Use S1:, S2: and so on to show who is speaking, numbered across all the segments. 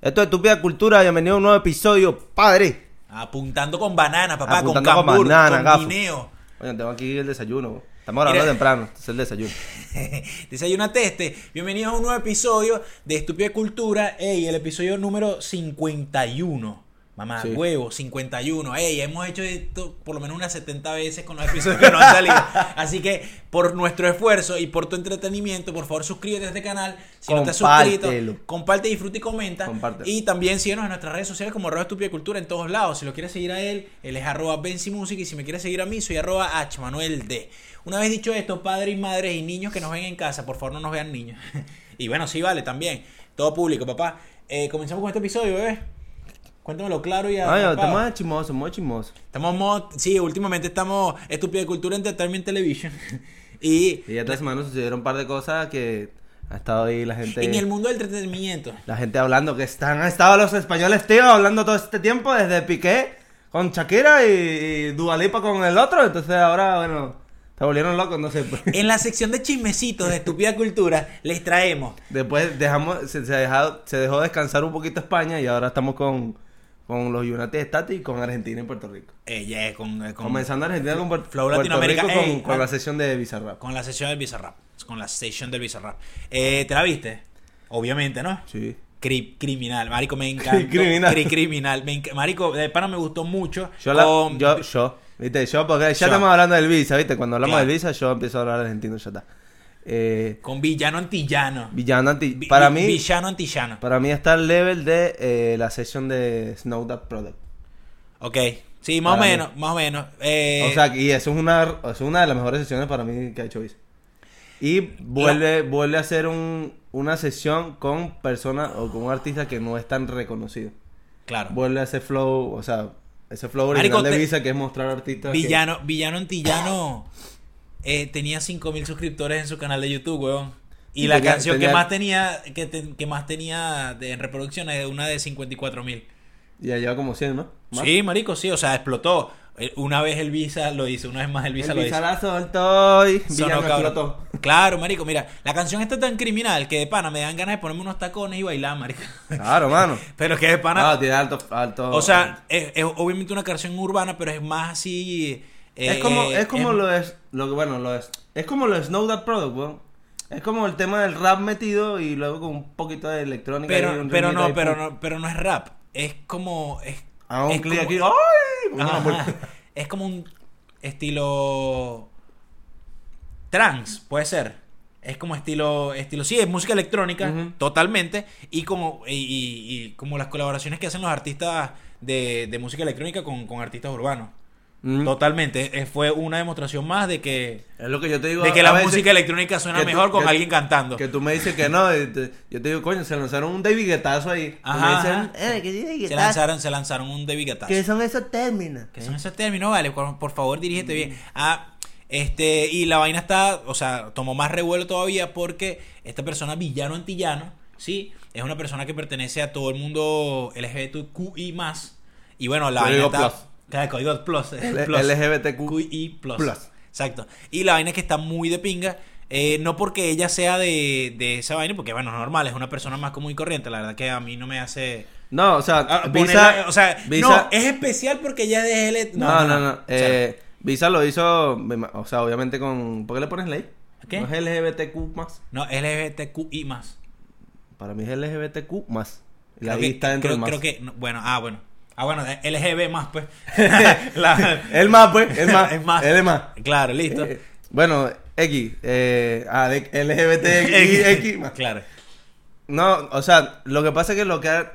S1: Esto es Estúpida Cultura, bienvenido a un nuevo episodio, padre.
S2: Apuntando con banana, papá,
S1: Apuntando con
S2: con cambur, con,
S1: banana, gafo.
S2: guineo.
S1: Oye, tengo aquí el desayuno. Estamos grabando
S2: Mira.
S1: temprano, este es el desayuno.
S2: Desayunate este. Bienvenidos a un nuevo episodio de Estúpida Cultura. Ey, el episodio número 51. Mamá,
S1: Sí.
S2: huevo, 51. Ey, hemos hecho esto por lo menos unas 70 veces con los episodios que nos han salido. Así que, por nuestro esfuerzo y por tu entretenimiento, por favor, suscríbete a este canal. Si no te has suscrito,
S1: Compártelo.
S2: comparte, disfruta y comenta.
S1: Compártelo.
S2: Y también síguenos en nuestras redes sociales como arroba estúpida cultura en todos lados. Si lo quieres seguir a él, él es arroba bensimusic y si me quieres seguir a mí, soy arroba hmanueld. Una vez dicho esto, padres y madres y niños que nos ven en casa, por favor no nos vean niños. y bueno, sí vale, también. Todo público, papá. Eh, comenzamos con este episodio, bebé. Cuéntamelo claro y
S1: Ay,
S2: atrapado.
S1: estamos chismosos, muy chismosos.
S2: Estamos mo- sí, últimamente estamos estúpida cultura en Entertainment Television. y
S1: Y esta semana sucedieron un par de cosas que ha estado ahí la gente.
S2: en el mundo del entretenimiento.
S1: La gente hablando que están, han estado los españoles, tío, hablando todo este tiempo desde Piqué con Shakira y, y Dua Lipa con el otro. Entonces ahora, bueno, se volvieron locos, no sé. pues.
S2: En la sección de chismecitos de estúpida cultura les traemos
S1: Después dejamos, se, se dejado- se dejó descansar un poquito España y ahora estamos con, con los United States y con Argentina y Puerto Rico.
S2: Eh, yeah, con, eh, con-
S1: Comenzando Argentina con Puer-
S2: Flow
S1: Puerto
S2: Latinoamérica. eh, ah.
S1: Rico con,
S2: Ey,
S1: con
S2: man.
S1: la sesión de Bizarrap.
S2: con la sesión del Bizarrap. Con la sesión del Bizarrap. Eh, ¿Te la viste? Obviamente, ¿no?
S1: Sí.
S2: Cri- criminal, Marico, me encantó.
S1: criminal.
S2: Cri- criminal. Me enc- Marico, de pana me gustó mucho.
S1: Yo, la,
S2: Con-
S1: yo, yo, viste, yo, porque ya
S2: Yo.
S1: estamos hablando del visa, viste, cuando hablamos
S2: Claro.
S1: del visa yo empiezo a hablar argentino, ya está. Eh,
S2: con villano antillano.
S1: villano anti,
S2: Vi-
S1: para
S2: vi-
S1: mí,
S2: Villano antillano.
S1: para mí está al level de eh, la sesión de Snow That Product.
S2: Ok. Sí, más o
S1: Para mí.
S2: menos, más o menos. Eh,
S1: o sea, y eso es una, eso es una de las mejores sesiones para mí que ha hecho Visa. Y vuelve, vuelve a hacer un, una sesión con personas o con un artista que no es tan reconocido.
S2: claro.
S1: Vuelve a ese flow, o sea, ese flow original
S2: Marico,
S1: de
S2: te-
S1: Visa que es mostrar artistas. que-
S2: Villano, villano antillano eh, tenía 5000 suscriptores en su canal de YouTube, weón. Y,
S1: Y
S2: la
S1: tenía-
S2: canción
S1: tenía-
S2: que más tenía que, te- que más tenía de, en reproducciones es una de 54000.
S1: Ya lleva como 100, ¿no? Más.
S2: Sí, marico, sí, o sea, explotó. Eh, Una vez el Visa lo hizo, una vez más el Visa
S1: El
S2: lo
S1: Visa
S2: hizo.
S1: la soltó y
S2: Sonó
S1: Villano
S2: cabrón.
S1: explotó.
S2: Claro, marico, mira, la canción está tan criminal que de pana me dan ganas de ponerme unos tacones y bailar, marico.
S1: Claro, mano.
S2: Pero que de pana,
S1: Ah, tiene alto, alto.
S2: o sea, es, es obviamente una canción urbana, pero es más así eh,
S1: es como, es como
S2: es-
S1: lo es, lo que bueno, lo es. Es como lo de Snow That Product, weón. Es como el tema del rap metido y luego con un poquito de electrónica. y
S2: Pero,
S1: un
S2: pero
S1: ritmito
S2: no,
S1: ahí,
S2: pero
S1: pum.
S2: no, pero no es rap. Es como. Es,
S1: Ah, un
S2: es
S1: clic
S2: como-
S1: aquí. ¡Ay! Una
S2: Ajá.
S1: vuelta.
S2: Es como un estilo. Trans, puede ser. Es como estilo. estilo sí, es música electrónica,
S1: Ujú.
S2: totalmente. Y como, y, y- y como las colaboraciones que hacen los artistas de, de música electrónica con, con artistas urbanos.
S1: Mm.
S2: Totalmente. Eh, Fue una demostración más de que.
S1: Es lo que yo te digo.
S2: De que
S1: a
S2: la
S1: veces,
S2: música electrónica suena
S1: que tú-
S2: mejor con
S1: que-
S2: alguien cantando.
S1: Que tú me dices que no. y te- yo te digo, coño, se lanzaron un David Guetazo ahí. Tú
S2: Ajá,
S1: me dicen, "Eh, ¿qué David
S2: se
S1: Guetazo?
S2: lanzaron, se lanzaron un David Guetta.
S1: ¿Qué son esos términos?
S2: Que son esos términos, vale, por, por favor dirígete bien. Ah, este, y la vaina está, o sea, tomó más revuelo todavía porque esta persona, villano antillano, ¿sí? Es una persona que pertenece a todo el mundo LGBTQI+. Y bueno, la
S1: Código
S2: vaina
S1: plus.
S2: está... Claro, código plus. eh,
S1: L-
S2: plus.
S1: LGBTQ.
S2: QI plus.
S1: Plus.
S2: Exacto. Y la vaina es que está muy de pinga. eh, no porque ella sea de, de esa vaina, porque bueno, es normal, es una persona más común y corriente. La verdad que a mí no me hace...
S1: No, o sea,
S2: Ah,
S1: Visa.
S2: ponerla- o sea,
S1: Visa-
S2: no, eh, es especial porque ella es de L.
S1: No, no, no.
S2: O sea,
S1: Eh, Visa lo hizo, me ima- o sea, obviamente con... ¿Por qué le pones ley?
S2: ¿Qué?
S1: No es LGBTQ más.
S2: no, LGBTQI más.
S1: Para mí es LGBTQ más. Y la
S2: Creo
S1: I
S2: que-
S1: está dentro
S2: creo,
S1: del más.
S2: creo que, no, bueno, ah, bueno. Ah, bueno, de LGB más, pues. La-
S1: El más, pues. El más.
S2: Es más.
S1: El más.
S2: claro, listo.
S1: Eh, bueno, X. Eh, ah, de- LGBTQ X más.
S2: Claro.
S1: No, o sea, lo que pasa es que lo que ha-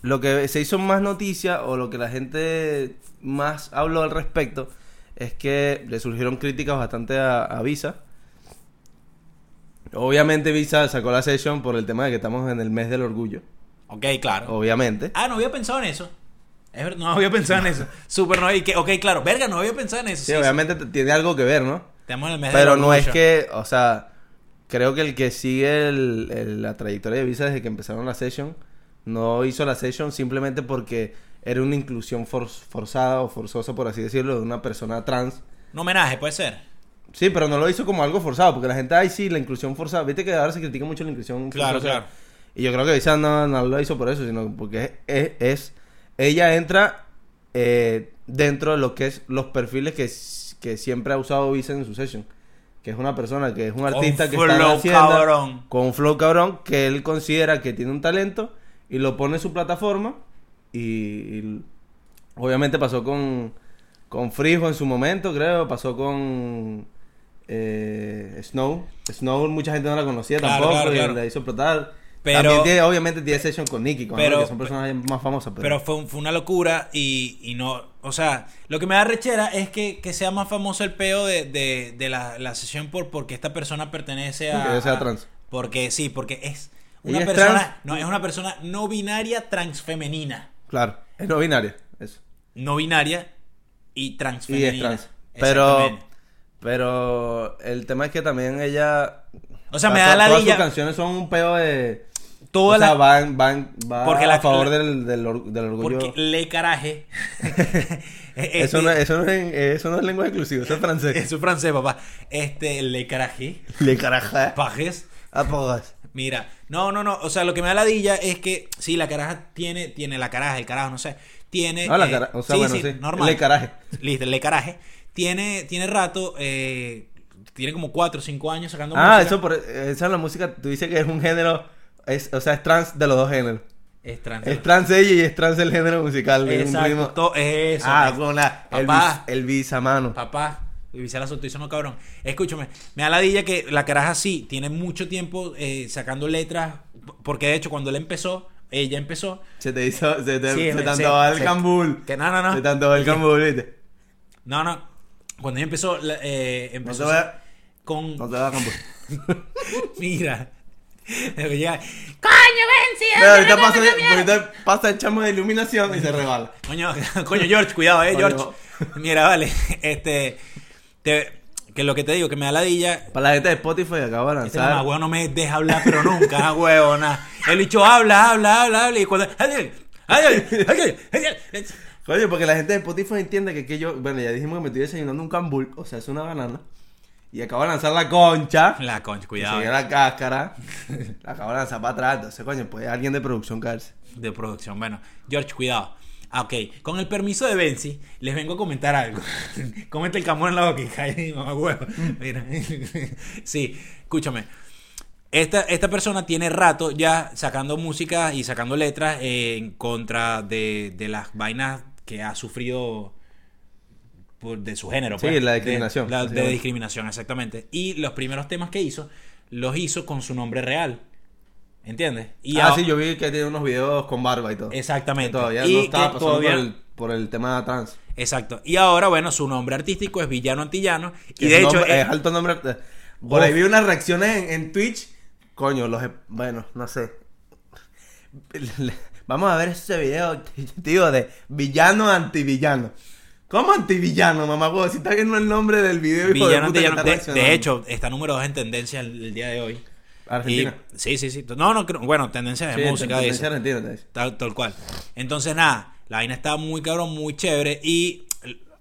S1: lo que se hizo más noticia o lo que la gente más habló al respecto es que le surgieron críticas bastante a, a Visa. Obviamente Visa sacó la sesión por el tema de que estamos en el mes del orgullo,
S2: Ok, claro.
S1: Oh. obviamente.
S2: Ah, no había pensado en eso. Es verdad, no había pensado en eso. Súper no. Y que, ok, claro. Verga, no había pensado en eso.
S1: Sí, obviamente t- tiene algo que ver, ¿no?
S2: Estamos en el mes del
S1: Pero no es
S2: orgullo.
S1: que, o sea, creo que el que sigue el- el- la trayectoria de Visa desde que empezaron la session, no hizo la session simplemente porque era una inclusión for- forzada o forzosa, por así decirlo, de una persona trans.
S2: Un homenaje, puede ser.
S1: Sí, pero no lo hizo como algo forzado, porque la gente, ay, sí, la inclusión forzada. Viste que ahora se critica mucho la inclusión
S2: Claro,
S1: forzosa.
S2: claro.
S1: Y yo creo que Visa no, no lo hizo por eso, sino porque es, es, es- ella entra eh, dentro de lo que es los perfiles que, s- que siempre ha usado Visa en su session. Que es una persona, que es un artista que está en la
S2: flow
S1: hacienda,
S2: cabrón.
S1: con un flow cabrón, que él considera que tiene un talento y lo pone en su plataforma. Y, y obviamente pasó con, con Frijo en su momento, creo, pasó con eh, Snow. Snow mucha gente no la conocía
S2: Claro,
S1: tampoco
S2: claro,
S1: y
S2: claro.
S1: la hizo explotar.
S2: Pero-
S1: También tiene- obviamente tiene session con Nicky, con
S2: pero-
S1: Anuel, que son personas más famosas. Pero,
S2: Pero fue, un- fue una locura y, y no. O sea, lo que me da rechera es que, que sea más famoso el peo de, de- de la, la sesión por porque esta persona pertenece a.
S1: Que ella sea
S2: a-
S1: trans.
S2: Porque sí, porque es una
S1: Ella es
S2: persona.
S1: trans.
S2: No, es una persona no binaria transfemenina.
S1: claro, es no binaria. Eso.
S2: No binaria y
S1: Y
S2: transfemenina.
S1: es trans. Pero,
S2: Exactamente.
S1: pero el tema es que también ella.
S2: O sea, me da
S1: to-
S2: la
S1: Todas sus
S2: dilla.
S1: canciones son un peo de.
S2: Toda
S1: o sea,
S2: la-
S1: van, van, va
S2: Porque
S1: a
S2: la-
S1: favor
S2: la-
S1: del, del, or- del orgullo.
S2: Porque le caraje.
S1: Eso, no, eso, no es, eso no es lenguaje exclusivo, eso es francés.
S2: Eso es francés, papá. Este, le caraje.
S1: Le caraja. eh.
S2: Pajes.
S1: A todas.
S2: Mira, no, no, no. O sea, lo que me da ladilla es que sí, la caraja tiene, tiene la caraja, el carajo, no sé. Tiene.
S1: No, Ah, la
S2: eh,
S1: cara- o sea, bueno, sí,
S2: normal.
S1: le caraje.
S2: Listo, le caraje. Tiene, tiene rato, eh, tiene como 4 o 5 años sacando
S1: Ah,
S2: música.
S1: eso por, esa es la música, tú dices que es un género, es, o sea, es trans de los dos géneros.
S2: Es trans.
S1: Es trans ella y es trans el género musical. Es un
S2: Exacto,
S1: ritmo-
S2: to- es eso.
S1: Ah,
S2: es-
S1: con la
S2: Papá.
S1: Elvis, Elvis a mano.
S2: Papá, Vivicela Soto hizo no cabrón. Escúchame, me da la dilla que la caraja sí, tiene mucho tiempo eh, sacando letras, porque de hecho cuando él empezó, ella empezó.
S1: Se te hizo, se te,
S2: Sí,
S1: se te
S2: me- se-
S1: antojaba el
S2: se-
S1: cambul.
S2: Que no, no, no.
S1: Se te antojaba el cambul, viste.
S2: No, no. Cuando ella empezó, la- eh, empezó
S1: te vayas.
S2: con...
S1: No te va a cambul.
S2: Mira. Debe llegar.
S1: Pero ahorita pasa, ahorita pasa el chamo de iluminación y se rebala.
S2: Coño, coño, George, cuidado, eh,
S1: Coño.
S2: George. Mira, vale. Este. te- que lo que te digo, que me da ladilla.
S1: Para la gente de Spotify acaba de lanzar.
S2: Este mamá huevo no me deja hablar, pero nunca, ah, huevo, nada. El bicho habla, habla, habla, habla. Y cuando. ¡Ay, ay, ay, ay, ay!
S1: Coño, porque la gente de Spotify entiende que, que yo, bueno, ya dijimos que me estoy desayunando un cambul, o sea, es una banana. Y acabo de lanzar la concha.
S2: La concha,
S1: y
S2: cuidado. eh.
S1: se dio la cáscara. la acabo de lanzar para atrás. Entonces, coño, puede alguien de producción caerse.
S2: de producción. Bueno, George, cuidado. Ah, ok, con el permiso de Benzi, les vengo a comentar algo. Cómete el camón en la boca y cae, mamá huevo. Mira. sí, escúchame. Esta, esta persona tiene rato ya sacando música y sacando letras eh, en contra de, de las vainas que ha sufrido por- de su género. pues.
S1: Sí, la discriminación,
S2: De, la- de
S1: básicamente.
S2: discriminación, exactamente. Y los primeros temas que hizo, los hizo con su nombre real. ¿Entiendes? Y
S1: ah,
S2: a-
S1: sí, yo vi que tiene unos videos con barba y todo.
S2: Exactamente.
S1: Que todavía
S2: Y
S1: no
S2: que
S1: estaba pasando
S2: todavía-
S1: por, el, por el tema trans.
S2: Exacto. Y ahora, bueno, su nombre artístico es Villano Antillano.
S1: Que
S2: Y
S1: es
S2: de hecho,
S1: nombre-
S2: eh,
S1: es, alto nombre. eh, Por ahí vi unas reacciones en, en Twitch. Coño, los. e- Bueno, no sé. Vamos a ver ese video, tío, de villano antivillano. ¿Cómo antivillano, mamá? huevo? si está viendo el nombre del video, hijo
S2: Villano
S1: puta, que
S2: Antillano.
S1: está
S2: De,
S1: reaccionando.
S2: de hecho, está número dos en tendencia el, el día de hoy.
S1: Argentina.
S2: Y- sí, sí, sí. No, no, creo- bueno, tendencia de
S1: Sí,
S2: música.
S1: tendencia
S2: dice.
S1: argentina, te dice.
S2: Tal, tal cual. Entonces, nada, la vaina está muy cabrón, muy chévere. Y.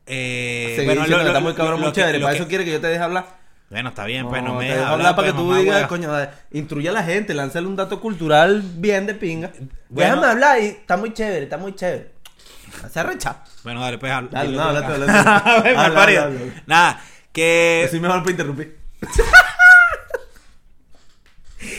S2: eh,
S1: Seguí
S2: bueno,
S1: diciendo que
S2: lo- lo-
S1: está muy cabrón,
S2: lo
S1: muy
S2: que-
S1: chévere.
S2: lo
S1: Para
S2: que-
S1: eso quiere que yo te deje hablar.
S2: Bueno, está bien,
S1: No,
S2: pues no me
S1: te
S2: dejes
S1: dejo
S2: hablar,
S1: hablar para
S2: pues,
S1: que tú
S2: mamá
S1: digas,
S2: hueva.
S1: coño, eh, instruye a la gente, lánzale un dato cultural bien de pinga.
S2: Bueno.
S1: Déjame hablar y está muy chévere, está muy chévere. Se arrecha.
S2: Bueno, dale, pues habla.
S1: Dale,
S2: dilo
S1: no,
S2: tú
S1: habla
S2: acá.
S1: tú, habla tú.
S2: A ver,
S1: Habla,
S2: malparido.
S1: habla, habla.
S2: Nada, que.
S1: Soy mejor para interrumpir.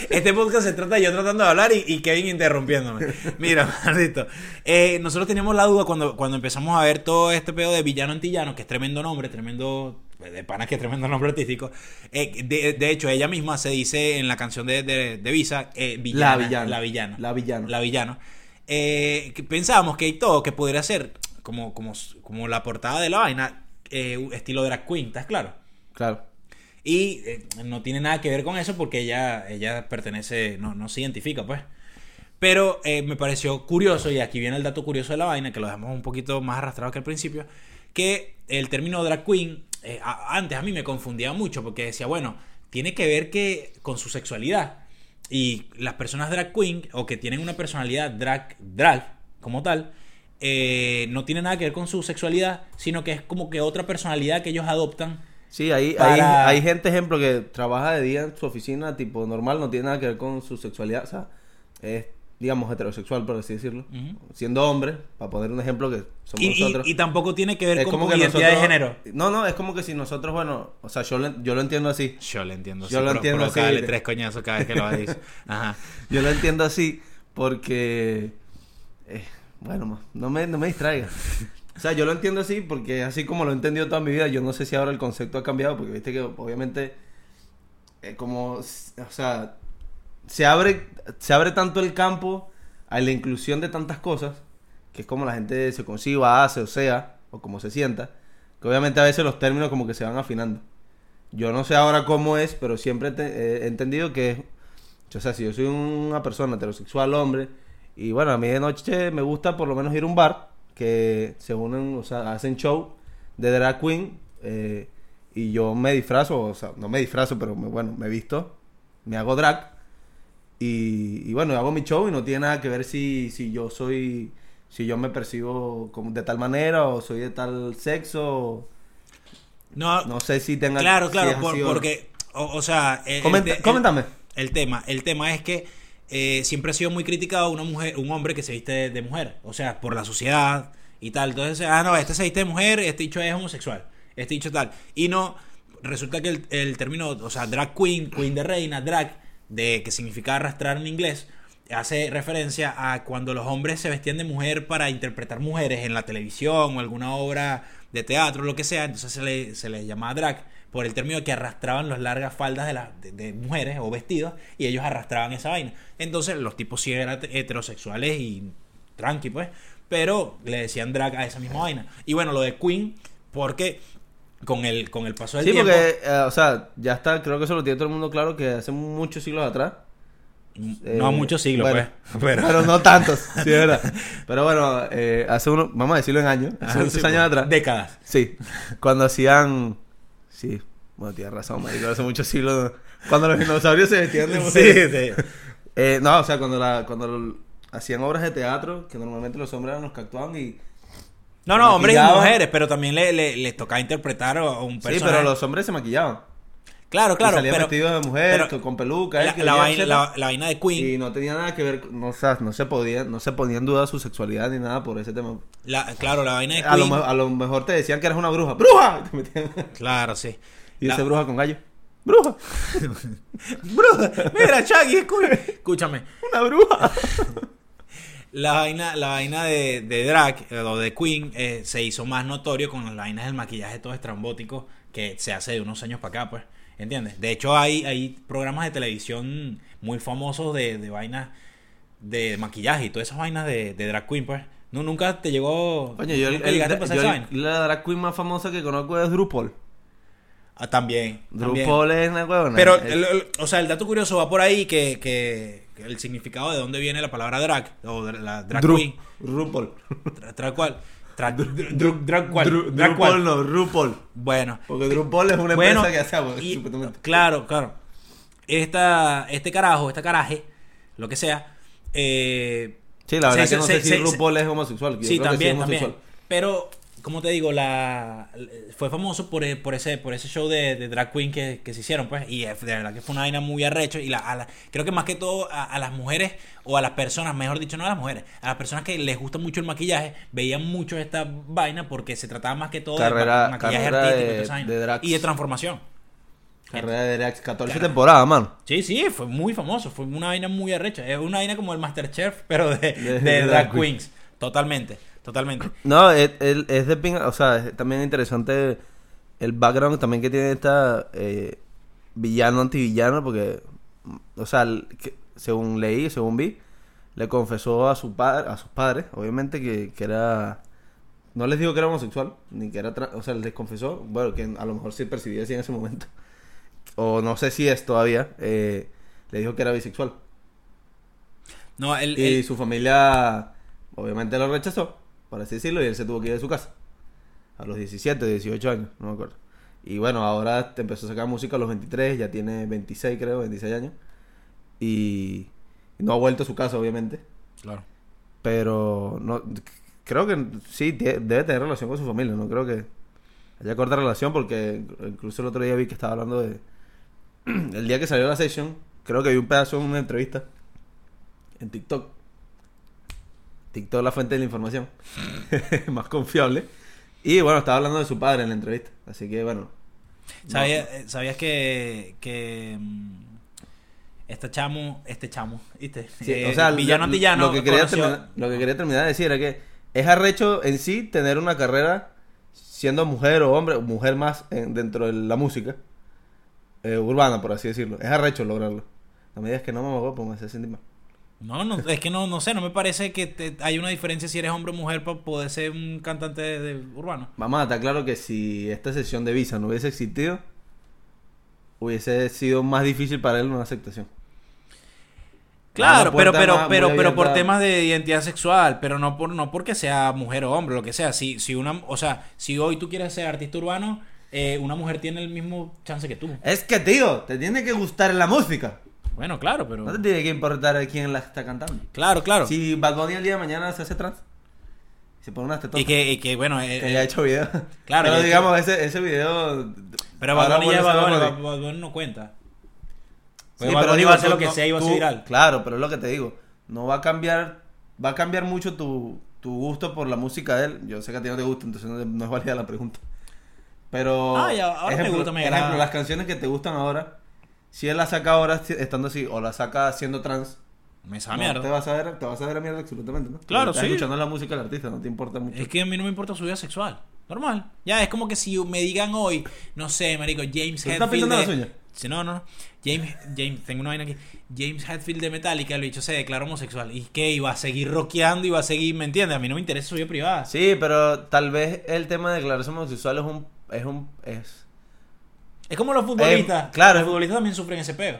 S2: Este podcast se trata de yo tratando de hablar y, y Kevin interrumpiéndome. Mira, maldito. Eh, nosotros teníamos la duda cuando, cuando empezamos a ver todo este pedo de Villano Antillano, que es tremendo nombre, tremendo. De pana que es tremendo nombre artístico. Eh, de, de hecho, ella misma se dice en la canción de, de, de Visa, eh, villana,
S1: La villana.
S2: La villana.
S1: La villana.
S2: La villana. Eh, que pensábamos que hay todo que pudiera ser como, como, como la portada de la vaina, eh, un estilo drag queen, ¿estás claro?
S1: Claro.
S2: Y eh, no tiene nada que ver con eso porque ella, ella pertenece, no, no se identifica, pues. Pero eh, me pareció curioso, y aquí viene el dato curioso de la vaina, que lo dejamos un poquito más arrastrado que al principio, que el término drag queen, eh, a- antes a mí me confundía mucho porque decía, bueno, tiene que ver que con su sexualidad. Y las personas drag queen, o que tienen una personalidad drag, drag como tal, eh, no tiene nada que ver con su sexualidad, sino que es como que otra personalidad que ellos adoptan.
S1: Sí, hay,
S2: Para-
S1: hay, hay gente, ejemplo, que trabaja de día en su oficina, tipo normal, no tiene nada que ver con su sexualidad. O sea, es, digamos, heterosexual, por así decirlo.
S2: Ujú.
S1: Siendo hombre, para poner un ejemplo que somos
S2: Y, y-
S1: nosotros.
S2: y tampoco tiene que ver
S1: es
S2: con
S1: como
S2: tu
S1: que
S2: identidad de
S1: nosotros-
S2: género.
S1: No, no, es como que si nosotros, bueno, o sea, yo lo, yo lo entiendo así.
S2: Yo lo entiendo.
S1: Yo lo entiendo así.
S2: Dale tres coñazos cada vez que lo dice. Ajá.
S1: Yo lo entiendo así porque... eh, bueno, ma, no me, no me distraigas. O sea, yo lo entiendo así porque así como lo he entendido toda mi vida, yo no sé si ahora el concepto ha cambiado porque viste que obviamente eh, como, s- o sea, se abre, se abre tanto el campo a la inclusión de tantas cosas, que es como la gente se conciba, hace o sea, o como se sienta, que obviamente a veces los términos como que se van afinando. Yo no sé ahora cómo es, pero siempre te- he entendido que es o sea, si yo soy una persona heterosexual, hombre, y bueno, a mí de noche me gusta por lo menos ir a un bar, que se unen, o sea, hacen show de drag queen, eh, y yo me disfrazo, o sea, no me disfrazo, pero me- bueno, me visto, me hago drag, y, y bueno, hago mi show y no tiene nada que ver si, si yo soy, si yo me percibo como de tal manera, o soy de tal sexo,
S2: No,
S1: o no sé si tenga...
S2: claro,
S1: si
S2: claro,
S1: es
S2: por-
S1: así o no.
S2: porque, o, o sea, el- el
S1: Comenta-
S2: te- el-
S1: coméntame.
S2: El tema, el tema es que eh, siempre ha sido muy criticado una mujer, un hombre que se viste de, de mujer, o sea, por la sociedad y tal. Entonces, ah, no, este se viste de mujer, este dicho es homosexual, este dicho tal. Y no, resulta que el, el término, o sea, drag queen, queen de reina, drag, de que significa arrastrar en inglés, hace referencia a cuando los hombres se vestían de mujer para interpretar mujeres en la televisión o alguna obra de teatro, lo que sea, entonces se le, se le llamaba drag por el término de que arrastraban las largas faldas de, las de, de mujeres o vestidos y ellos arrastraban esa vaina. Entonces los tipos sí eran heterosexuales y tranqui pues, pero le decían drag a esa misma vaina. Y bueno, lo de Queen, porque con el, con el paso del
S1: Sí,
S2: tiempo...
S1: porque, eh, o sea, ya está, creo que eso lo tiene todo el mundo claro que hace muchos siglos atrás. eh,
S2: no muchos siglos
S1: bueno,
S2: pues,
S1: Pero,
S2: pero...
S1: no tantos, sí, es verdad. Pero bueno, eh, hace uno, vamos a decirlo en años, hace
S2: Ajá,
S1: muchos
S2: sí,
S1: años
S2: pues,
S1: atrás.
S2: Décadas.
S1: Sí, cuando hacían. Sí, bueno, tienes razón, marico, hace muchos siglos. Cuando los dinosaurios se vestían de mujeres.
S2: sí.
S1: Eh, no, o sea, cuando, la, cuando lo- hacían obras de teatro, que normalmente los hombres eran los que actuaban y.
S2: No, no, hombres y
S1: Maquillaban.
S2: mujeres, pero también le, le- les tocaba interpretar a a un
S1: Sí,
S2: personaje.
S1: pero los hombres se maquillaban.
S2: Claro,
S1: Claro,
S2: claro,
S1: salían
S2: pero
S1: vestidos de mujer,
S2: pero
S1: con peluca,
S2: la,
S1: X,
S2: la
S1: Y,
S2: vaina,
S1: etcétera.
S2: la- la vaina de Queen,
S1: Y no tenía nada que ver, con- no, o sea, no se podía, no se ponía en duda su sexualidad ni nada por ese tema.
S2: la- claro, la vaina de
S1: A lo,
S2: Queen,
S1: me- a lo mejor te decían que eras una bruja. ¡Bruja! Y te metían-
S2: claro, sí.
S1: Y
S2: La-
S1: ese bruja con gallo. ¡Bruja!
S2: Bruja, mira, Chucky, escu- escúchame.
S1: ¡Una bruja!
S2: La vaina, la vaina de, de drag eh, o de Queen eh, se hizo más notorio con las vainas del maquillaje todo estrambótico que se hace de unos años para acá, pues. ¿Entiendes? De hecho, hay, hay programas de televisión muy famosos de, de vainas de maquillaje y todas esas vainas de, de drag queen, pues. No, nunca te llegó.
S1: Coño, yo, el,
S2: nunca llegaste a
S1: el-
S2: pasar
S1: yo
S2: esa
S1: el-
S2: vaina.
S1: la drag queen más famosa que conozco es Drupal.
S2: Ah, también. también.
S1: Drupal es una huevona.
S2: Pero,
S1: Es-
S2: el- el- o sea, el dato curioso va por ahí que, que que el significado de dónde viene la palabra drag o dra- la drag
S1: Dru-
S2: queen.
S1: Drupal.
S2: Tra- ¿Drag cual Tra- dr- dr- drag cual
S1: Dru-
S2: drag cual.
S1: Drupal no, Drupal.
S2: Bueno.
S1: Porque Drupal es una
S2: bueno,
S1: empresa que hace agua,
S2: y-
S1: supuestamente.
S2: claro, claro. Esta, este carajo, esta caraje, lo que sea. eh,
S1: Sí, la verdad
S2: se-
S1: que no
S2: se-
S1: sé si
S2: se- se-
S1: Drupal es homosexual. Yo creo
S2: sí,
S1: que
S2: también,
S1: es
S2: también.
S1: homosexual.
S2: Pero, como te digo, la, la- fue famoso por, e- por ese por ese show de, de drag queen que, que se hicieron, pues. Y eh, de verdad que fue una vaina muy arrecho. Y la, a la- creo que más que todo a, a las mujeres, o a las personas, mejor dicho, no a las mujeres, a las personas que les gusta mucho el maquillaje, veían mucho esta vaina porque se trataba más que todo
S1: Carrera-
S2: de ma- maquillaje
S1: carrera
S2: artístico y,
S1: de-
S2: toda esa vaina.
S1: de drags.
S2: y de transformación.
S1: Carrera de Drax, 14 temporadas, mano.
S2: Sí, sí, fue muy famoso, fue una vaina muy arrecha. Es una vaina como el Masterchef, pero de, de
S1: de
S2: drag
S1: drag queen.
S2: queens. Totalmente, totalmente.
S1: No, es, es- es de pinga, o sea, es también interesante el background también que tiene esta eh, villano antivillano, porque, o sea, el- que- según leí, según vi, le confesó a su padre, a sus padres, obviamente que, que era, no les digo que era homosexual, ni que era, tra- o sea, les confesó, bueno, que a lo mejor se percibía así en ese momento, o no sé si es todavía, eh, le dijo que era bisexual.
S2: No, el,
S1: Y
S2: el-
S1: su familia obviamente lo rechazó, por así decirlo, y él se tuvo que ir de su casa. A los 17, 18 años, no me acuerdo. Y bueno, ahora te empezó a sacar música a los 23, ya tiene 26 creo, 26 años. Y no ha vuelto a su casa, obviamente.
S2: claro.
S1: Pero no creo que sí, tie- debe tener relación con su familia, no creo que haya corta relación porque incluso el otro día vi que estaba hablando de... el día que salió la session, creo que vi un pedazo en una entrevista en TikTok. TikTok es la fuente de la información más confiable. Y bueno, estaba hablando de su padre en la entrevista. Así que bueno. no-
S2: ¿Sabía- eh, ¿Sabías que, que mm, este chamo, este chamo, ¿viste?
S1: Sí,
S2: Eh,
S1: o sea,
S2: villano
S1: lo-
S2: antillano,
S1: Lo que, quería
S2: conoció-
S1: terminar, lo que quería terminar de decir era que es arrecho en sí tener una carrera siendo mujer o hombre, o mujer más en- dentro de la música eh, urbana, por así decirlo. Es arrecho lograrlo. A medida que no me hago, pues me hace sentir mal.
S2: No, no, es que no, no sé, no me parece que te- hay una diferencia si eres hombre o mujer para poder ser un cantante de, de urbano.
S1: Mamá, está claro que si esta sesión de visa no hubiese existido, hubiese sido más difícil para él una aceptación.
S2: Claro,
S1: Una puerta
S2: pero, pero,
S1: pues, más-
S2: pero,
S1: muy
S2: pero por
S1: abierta.
S2: temas de identidad sexual, pero no por, no porque sea mujer o hombre, lo que sea. Si, si una, o sea, si hoy tú quieres ser artista urbano, eh, una mujer tiene el mismo chance que tú.
S1: Es que, tío, te tiene que gustar la música.
S2: Bueno, claro, pero.
S1: No te tiene que importar a quién la está cantando.
S2: Claro, claro.
S1: Si Bad Bunny el día de mañana se hace trans, se pone unas tetotas.
S2: y, que, y que, bueno, eh,
S1: Que haya hecho video.
S2: Claro, ya
S1: Pero
S2: hecho-
S1: digamos, ese, ese video.
S2: pero
S1: ahora
S2: Bad Bunny ya
S1: vuelve a ser
S2: Bad Bunny,
S1: Bad Bunny.
S2: Bad- Bad Bunny no cuenta.
S1: Sí,
S2: Porque Bad
S1: pero
S2: Bunny
S1: digo,
S2: va a hacer
S1: tú-
S2: lo que
S1: no-
S2: sea y va a ser
S1: tú-
S2: viral.
S1: Claro, pero es lo que te digo. No va a cambiar. Va a cambiar mucho tu, tu gusto por la música de él. Yo sé que a ti no te gusta, entonces no, no es válida la pregunta. Pero.
S2: Ah, ya, ahora me
S1: ejemplo,
S2: gusta, me
S1: por
S2: agrada.
S1: ejemplo, las canciones que te gustan ahora. Si él la saca ahora si- estando así, o la saca siendo trans,
S2: Me sabe
S1: no,
S2: Ah, mierda.
S1: te vas a ver, te vas a ver a mierda absolutamente, ¿no?
S2: Claro,
S1: Estás
S2: sí.
S1: escuchando la música del artista, no te importa mucho.
S2: Es que a mí no me importa su vida sexual. Normal. Ya, es como que si me digan hoy, no sé, marico, James
S1: ¿Te
S2: Hetfield.
S1: estás pintando
S2: de-
S1: las uñas?
S2: Sí, no, no, no. James, James, tengo una vaina aquí. James Hetfield de Metallica, el bicho se declaró homosexual. ¿Y qué? Iba a seguir rockeando, iba a seguir, ¿me entiendes? A mí no me interesa su vida privada.
S1: Sí, pero tal vez el tema de declararse homosexual es un... Es un es,
S2: Es como los futbolistas.
S1: Eh, claro.
S2: Los futbolistas también sufren ese peo.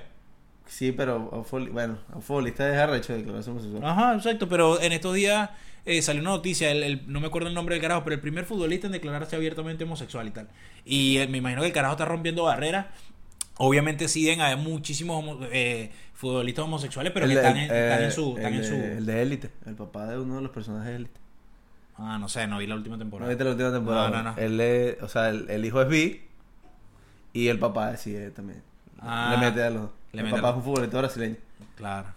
S1: sí, pero... a un futbol- Bueno, a un futbolista es arrecho declararse homosexual.
S2: Ajá, exacto. Pero en estos días eh, salió una noticia, el, el- no me acuerdo el nombre del carajo, pero el primer futbolista en declararse abiertamente homosexual y tal. Y eh, me imagino que el carajo está rompiendo barreras. Obviamente siguen a muchísimos homo- eh, futbolistas homosexuales, pero que
S1: El-
S2: están,
S1: el-
S2: en, están en
S1: eh,
S2: su... están
S1: el
S2: en su-
S1: de- El de Élite, el papá de uno de los personajes de Élite.
S2: Ah, no sé, no vi la última
S1: ¿No
S2: temporada.
S1: viste la última temporada?
S2: No, no, no.
S1: Él es- o sea, el, el hijo es bi y el papá sí es también.
S2: Ah.
S1: le mete a los...
S2: Le
S1: el
S2: mete a
S1: papá es
S2: los-
S1: un futbolista brasileño.
S2: Claro.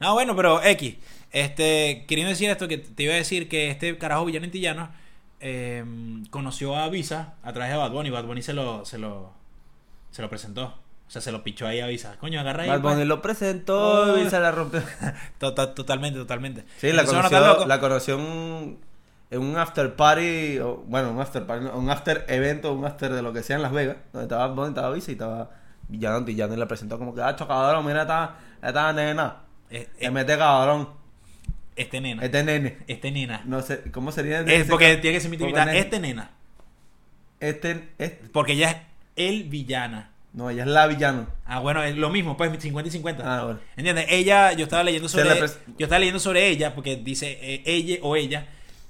S2: No, bueno, pero X. Este, queriendo decir esto, que te iba a decir que este carajo villano antillano eh, conoció a Visa a través de Bad Bunny. Bad Bunny se lo, se lo, se lo presentó. O sea, se lo pichó ahí a Visa. Coño, agarra ahí.
S1: Bad Bunny
S2: pues.
S1: lo presentó
S2: Oh.
S1: y se la rompió.
S2: To- to- Totalmente, totalmente.
S1: Sí, la
S2: Entonces, uno está
S1: conoció,
S2: loco.
S1: la conoció un- en un after party, o, bueno, un after party, no, un after evento, un after de lo que sea en Las Vegas, donde estaba Bonnie, estaba Visa y estaba Villano Antillano y la presentó como que, ah, cabrón, mira esta, esta nena,
S2: Eh, eh,
S1: te mete cabrón,
S2: este nena. Este,
S1: este nene,
S2: nena.
S1: no sé, ¿cómo sería?
S2: es
S1: ese-
S2: porque tiene que ser mi
S1: porque
S2: invitada.
S1: nena-
S2: Este nena.
S1: Este, este,
S2: Porque ella es el villana.
S1: no, ella es la villano.
S2: Ah, bueno, es lo mismo, pues 50 y 50.
S1: Ah, bueno.
S2: ¿Entiendes? Ella, yo estaba leyendo
S1: Se
S2: sobre
S1: le pres-
S2: yo estaba leyendo sobre ella porque dice eh, ella o ella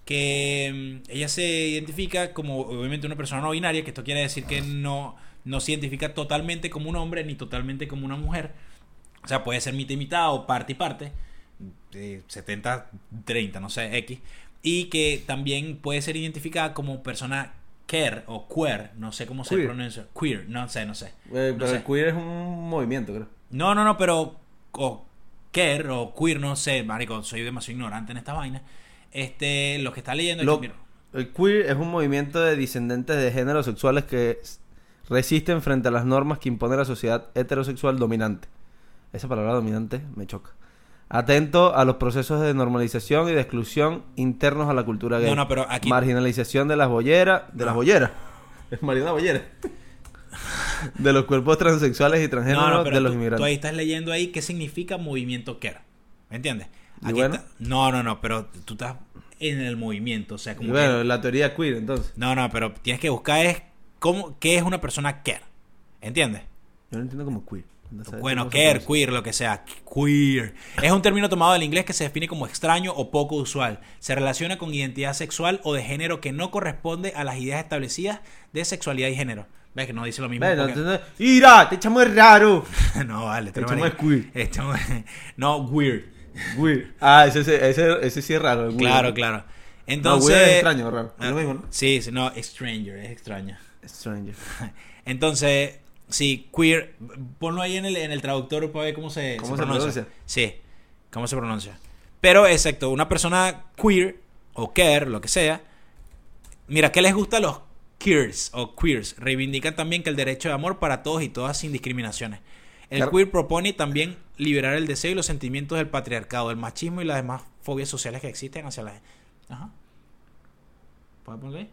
S2: que mm, ella se identifica como obviamente una persona no binaria, que esto quiere decir que no no se identifica totalmente como un hombre ni totalmente como una mujer. O sea, puede ser mitad y mitad o parte y parte, de 70 30, no sé, X, y que también puede ser identificada como persona queer o queer, no sé cómo se
S1: Queer.
S2: pronuncia, queer, no sé, no sé.
S1: Eh,
S2: No
S1: pero
S2: sé.
S1: el queer es un movimiento, creo.
S2: No, no, no, pero o queer o queer, no sé, marico, soy demasiado ignorante en esta vaina. Este, los que está leyendo
S1: Lo-
S2: aquí, mira,
S1: el queer es un movimiento de discendentes de géneros sexuales que s- resisten frente a las normas que impone la sociedad heterosexual dominante. Esa palabra dominante me choca. Atento a los procesos de normalización y de exclusión internos a la cultura gay.
S2: No, no, pero aquí- Ah.
S1: Marginalización de las bolleras. De las bolleras. Es Mariana Bollera. de los cuerpos transexuales y transgéneros
S2: No, no,
S1: de
S2: pero
S1: los
S2: tú, tú
S1: inmigrantes.
S2: ahí estás leyendo ahí qué significa movimiento queer. ¿Me entiendes?
S1: Y bueno.
S2: está- No, no, no, pero tú estás en el movimiento, o sea,
S1: Y
S2: como que-
S1: bueno, la teoría queer, entonces.
S2: No, no, pero tienes que buscar es cómo qué es una persona queer. ¿Entiendes?
S1: Yo no entiendo como queer. No sé
S2: Bueno,
S1: cómo se
S2: queer,
S1: pronuncia.
S2: queer, lo que sea. Queer. Es un término tomado del inglés que se define como extraño o poco usual. Se relaciona con identidad sexual o de género que no corresponde a las ideas establecidas de sexualidad y género. ¿Ves que no dice lo mismo?
S1: Bueno,
S2: Porque-
S1: entonces, ¡Ira! ¡Te echamos raro!
S2: no, vale.
S1: Te
S2: tú
S1: llamo
S2: marico.
S1: queer.
S2: Eh, chamo- No, weird.
S1: Weird. Ah, ese, ese, ese, ese sí es raro. el weird.
S2: Claro, claro.
S1: No,
S2: Entonces...
S1: weird es extraño, raro.
S2: Ah,
S1: Es lo mismo, ¿no?
S2: Sí, sí, no, stranger, es extraño.
S1: Stranger.
S2: Entonces, sí, queer, ponlo ahí en el, en el traductor para ver cómo se,
S1: ¿Cómo se pronuncia?
S2: Sí. ¿Cómo se pronuncia? Pero exacto, una persona queer o queer, lo que sea. Mira, ¿qué les gusta a los queers o queers? Reivindican también que el derecho de amor para todos y todas sin discriminaciones. El
S1: Claro.
S2: queer propone también liberar el deseo y los sentimientos del patriarcado, el machismo y las demás fobias sociales que existen hacia la gente. Ajá. ¿Puedes poner ahí?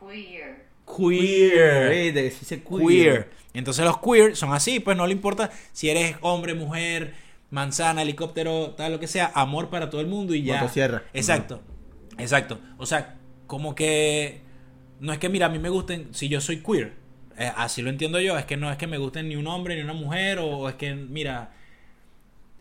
S3: Queer.
S2: Queer.
S1: Ey, de que sí se
S2: queer. Entonces los queer son así, pues no le importa si eres hombre, mujer, manzana, helicóptero, tal, lo que sea, amor para todo el mundo y ya.
S1: Motosierra.
S2: Exacto, exacto. O sea, como que no es que, mira, a mí me gusten, si yo soy queer, eh, así lo entiendo yo, es que no es que me gusten ni un hombre ni una mujer, o, o es que, mira,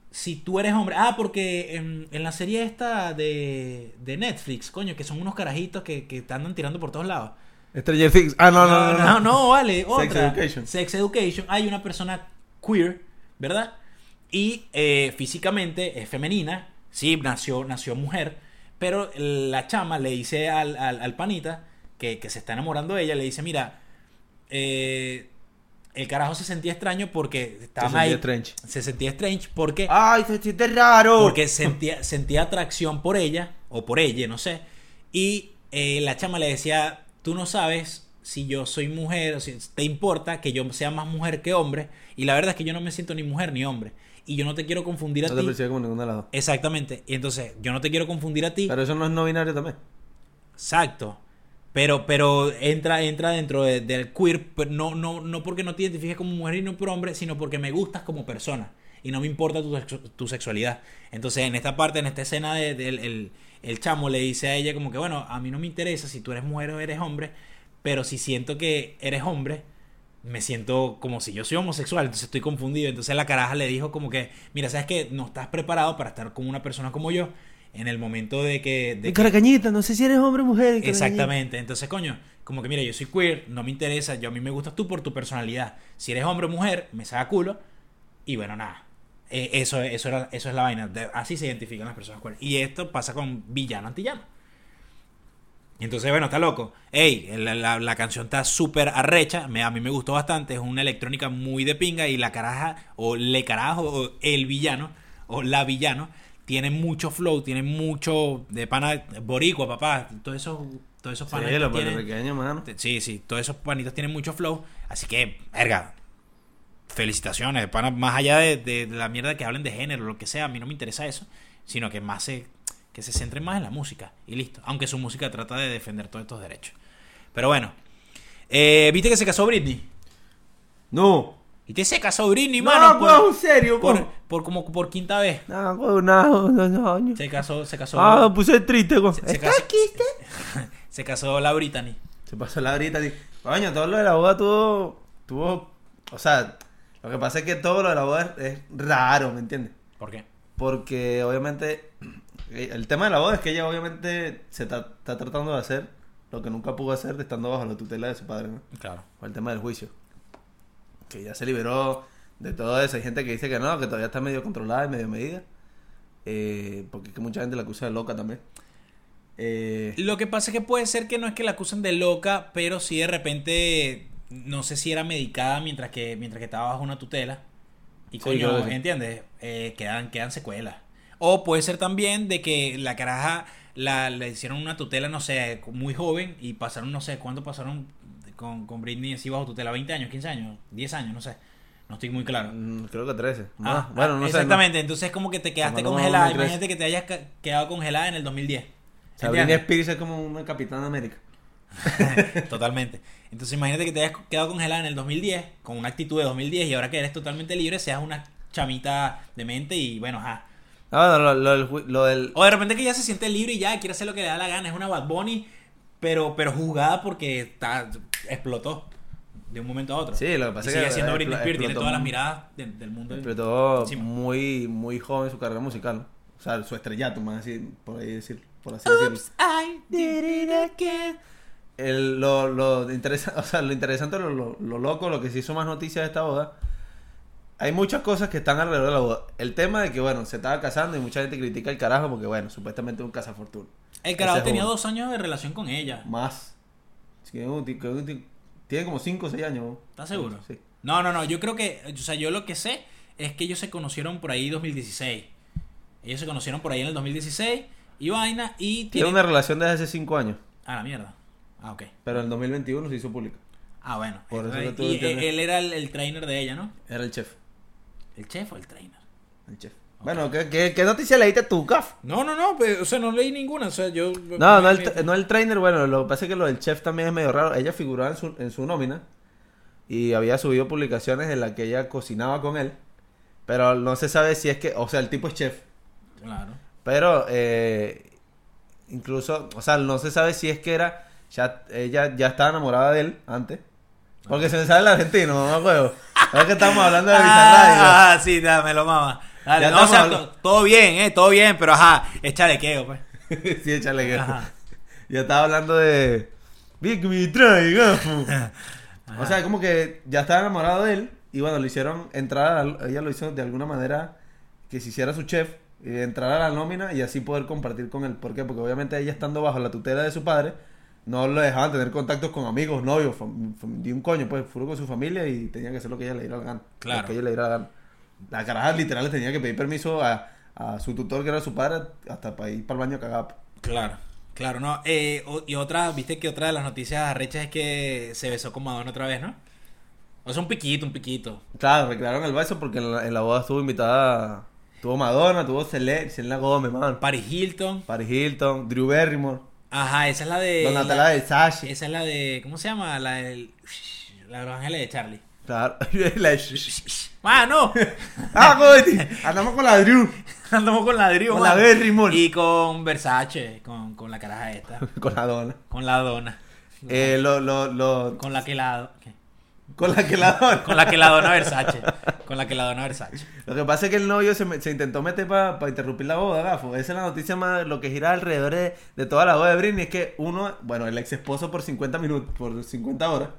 S2: si tú eres hombre, ah, porque en, en la serie esta de, de Netflix, coño, que son unos carajitos que, que te andan tirando por todos lados.
S1: Stranger Things. Ah, no, no, no.
S2: no, no, vale.
S1: Sex
S2: Otra.
S1: Education.
S2: Sex Education. Hay una persona queer, ¿verdad? Y eh, físicamente es femenina. Sí, nació, nació mujer. Pero la chama le dice al, al- al panita que, que se está enamorando de ella, le dice, mira, eh, el carajo se sentía extraño porque estaba
S1: sentía
S2: ahí.
S1: strange.
S2: Se sentía strange porque
S1: Ay, se siente raro.
S2: porque sentía, sentía atracción por ella, o por ella, no sé. Y eh, la chama le decía, tú no sabes si yo soy mujer, o si te importa que yo sea más mujer que hombre. Y la verdad es que yo no me siento ni mujer ni hombre. Y yo no te quiero confundir a
S1: no te
S2: ti.
S1: percibe como ningún lado.
S2: Exactamente. Y entonces, yo no te quiero confundir a ti.
S1: Pero eso no es no binario también.
S2: Exacto. Pero, pero entra, entra dentro de- del queer, pero no, no, no porque no te identifiques como mujer y no por hombre, sino porque me gustas como persona. Y no me importa tu, sexu- tu sexualidad. Entonces, en esta parte, en esta escena del de, del- el, el chamo le dice a ella como que, bueno, a mí no me interesa si tú eres mujer o eres hombre, pero si siento que eres hombre, me siento como si yo soy homosexual, entonces estoy confundido. Entonces la caraja le dijo como que, mira, sabes que no estás preparado para estar con una persona como yo en el momento de que... de que-
S1: Caracañita, no sé si eres hombre o mujer. Caracañita.
S2: Exactamente. Entonces, coño, como que mira, yo soy queer, no me interesa, yo a mí me gustas tú por tu personalidad. Si eres hombre o mujer, me saca culo. Y bueno, nada. Eh, eso, eso, era, eso es la vaina. De- así se identifican las personas queer. Y esto pasa con villano antillano. Y entonces, bueno, está loco. Ey, la, la- la canción está súper arrecha. Me, a mí me gustó bastante. Es una electrónica muy de pinga. Y la caraja, o le carajo, o el villano, o la villano, tiene mucho flow, tiene mucho de pana boricua, papá. Todos esos, todos esos
S1: Sí,
S2: panas
S1: los
S2: tienen-
S1: puertorriqueños, mano.
S2: Sí, sí, todos esos panitos tienen mucho flow. Así que, verga, felicitaciones, pana. Más allá de, de- de la mierda que hablen de género, lo que sea, a mí no me interesa eso. Sino que más se, que se centren más en la música. Y listo. Aunque su música trata de defender todos estos derechos. Pero bueno. Eh, ¿Viste que se casó Britney?
S1: No.
S2: ¿Y te se casó Britney,
S1: No, pues,
S2: mano?
S1: huevón, en serio,
S2: por,
S1: huevón.
S2: por como por quinta vez.
S1: No, huevón, no, no, no, no.
S2: Se casó, se casó.
S1: Ah, me puse triste, güey.
S2: se, se
S1: ¿Está
S2: casó-
S1: aquí, está?
S2: se casó la Britney.
S1: Se pasó la grita. di- Coño, todo lo de la boda tuvo. Tuvo. O sea, lo que pasa es que todo lo de la boda es, es raro, ¿me entiendes?
S2: ¿Por qué?
S1: Porque obviamente. eh, El tema de la boda es que ella obviamente se está, está tratando de hacer lo que nunca pudo hacer estando bajo la tutela de su padre, ¿no?
S2: Claro.
S1: Por el tema del juicio. Que ya se liberó de todo eso. Hay gente que dice que no, que todavía está medio controlada y medio medida. Eh, porque es que mucha gente la acusa de loca también. Eh,
S2: Lo que pasa es que puede ser que no es que la acusen de loca, pero sí de repente no sé si era medicada mientras que mientras que estaba bajo una tutela. Y
S1: Sí,
S2: coño,
S1: creo que sí.
S2: ¿entiendes? Eh, quedan, quedan secuelas. O puede ser también de que la caraja la, le hicieron una tutela, no sé, muy joven y pasaron, no sé, ¿cuánto pasaron con, con Britney así bajo tutela? ¿20 años, 15 años, 10 años? No sé. No estoy muy claro.
S1: mm, creo que 13.
S2: Ah,
S1: Más. bueno, no sé, no-
S2: exactamente. Entonces es como que te quedaste
S1: Cuando no,
S2: congelada.
S1: no me
S2: Imagínate que te hayas ca- quedado congelada en el 2010.
S1: Sabrina
S2: ¿Entiendes?
S1: Spears es como una capitana de América.
S2: totalmente. Entonces imagínate que te hayas quedado congelada en el 2010, con una actitud de 2010, y ahora que eres totalmente libre, seas una chamita de mente y bueno, ajá.
S1: Ah, no, lo, lo del, ju- lo del-
S2: O de repente que ya se siente libre y ya quiere hacer lo que le da la gana, es una Bad Bunny, pero, pero juzgada porque está, explotó de un momento a otro.
S1: Sí, lo que pasa es
S2: Y
S1: que
S2: sigue siendo
S1: expl-
S2: Britney Spears, tiene
S1: explotó
S2: todas las
S1: mu-
S2: miradas de- del mundo.
S1: Pero todo
S2: encima.
S1: muy, muy joven su carrera musical. ¿no? O sea, su estrellato, más así, por ahí decir, por así decirlo.
S2: I did it again.
S1: El- lo, lo interesa- o sea, lo interesante, lo, lo- lo loco, lo que se hizo más noticia de esta boda. Hay muchas cosas que están alrededor de la boda. El tema de que, bueno, se estaba casando y mucha gente critica el carajo porque, bueno, supuestamente un cazafortuna.
S2: El carajo
S1: Ese es
S2: tenía
S1: uno.
S2: dos años de relación con ella.
S1: Más. Sí, un ti- un ti- Tiene como 5 o 6 años. ¿no?
S2: ¿Estás seguro?
S1: Sí.
S2: No, no, no. Yo creo que, o sea, yo lo que sé es que ellos se conocieron por ahí 2016. Ellos se conocieron por ahí en el 2016 y vaina y
S1: Tiene
S2: tienen...
S1: una relación desde hace cinco años,
S2: Ah, la mierda. Ah, ok.
S1: pero en el 2021 se hizo pública.
S2: Ah, bueno.
S1: Por eso
S2: Entonces,
S1: no tuve
S2: y
S1: internet.
S2: eh, él era el, el trainer de ella, ¿no?
S1: Era el chef.
S2: ¿El chef o el trainer?
S1: El chef. Bueno, ¿qué, qué, qué noticia leíste tú, Caf?
S2: No, no, no, pues, o sea, no leí ninguna, o sea, yo...
S1: No, no el, no el trainer, bueno, lo que pasa es que lo del chef también es medio raro. Ella figuraba en su, en su nómina y había subido publicaciones en las que ella cocinaba con él, pero no se sabe si es que, o sea, el tipo es chef,
S2: Claro.
S1: pero eh, incluso, o sea, no se sabe si es que era, ya, ella ya estaba enamorada de él antes, porque se me sale el argentino, mamá huevo. Es que estamos hablando de Bizarradio.
S2: Ah, ah, sí, dame lo mama. Dale,
S1: pues. Ya
S2: no, o sea,
S1: estamos
S2: to- todo bien, eh, todo bien, pero ajá, échale queo, pues.
S1: sí, échale que.
S2: Ajá.
S1: Yo estaba hablando de. Big Me Trae gafo". O sea, como que ya estaba enamorado de él. Y bueno, le hicieron entrar. a la- ella lo hizo de alguna manera que se hiciera su chef. Y entrar a la nómina y así poder compartir con él. ¿Por qué? Porque obviamente ella estando bajo la tutela de su padre. No lo dejaban tener contactos con amigos, novios, fam- fam- de un coño, pues, fue con su familia y tenía que hacer lo que ella le diera la gana.
S2: Claro.
S1: Lo que ella le diera la gana. La caraja literal le tenía que pedir permiso a, a su tutor, que era su padre, hasta para ir para el baño a cagar. pues.
S2: Claro, claro, no. eh, o- y otra, viste que otra de las noticias arrechas es que se besó con Madonna otra vez, ¿no? O sea, un piquito, un piquito.
S1: Claro, recrearon el beso porque en la, en la boda estuvo invitada. Tuvo Madonna, tuvo Selena, Selena Gómez, man.
S2: Paris Hilton.
S1: Paris Hilton, Drew Barrymore,
S2: Ajá, esa es la de.
S1: Don Natalia
S2: la-
S1: del Sash.
S2: Esa es la de. ¿Cómo se llama? La del. La de los ángeles de Charlie.
S1: Claro. La-
S2: ¡Mano!
S1: ¡Ah, Gotti! Andamos con la Drew.
S2: Andamos con ladrillo.
S1: Con la
S2: mano.
S1: Berrymore.
S2: Y con Versace, con, con la caraja esta.
S1: Con la dona.
S2: Con la dona.
S1: Eh, lo, lo, lo,
S2: Con la que la. ¿qué?
S1: con la que la dona.
S2: Con la que la dona Versace. Con la que la dona Versache.
S1: Lo que pasa es que el novio se, me- se intentó meter para interrumpir la boda, gafo. Esa es la noticia más, lo que gira alrededor de, de toda la boda de Britney. Es que uno, bueno, el ex esposo por 50 minutos, por 50 horas,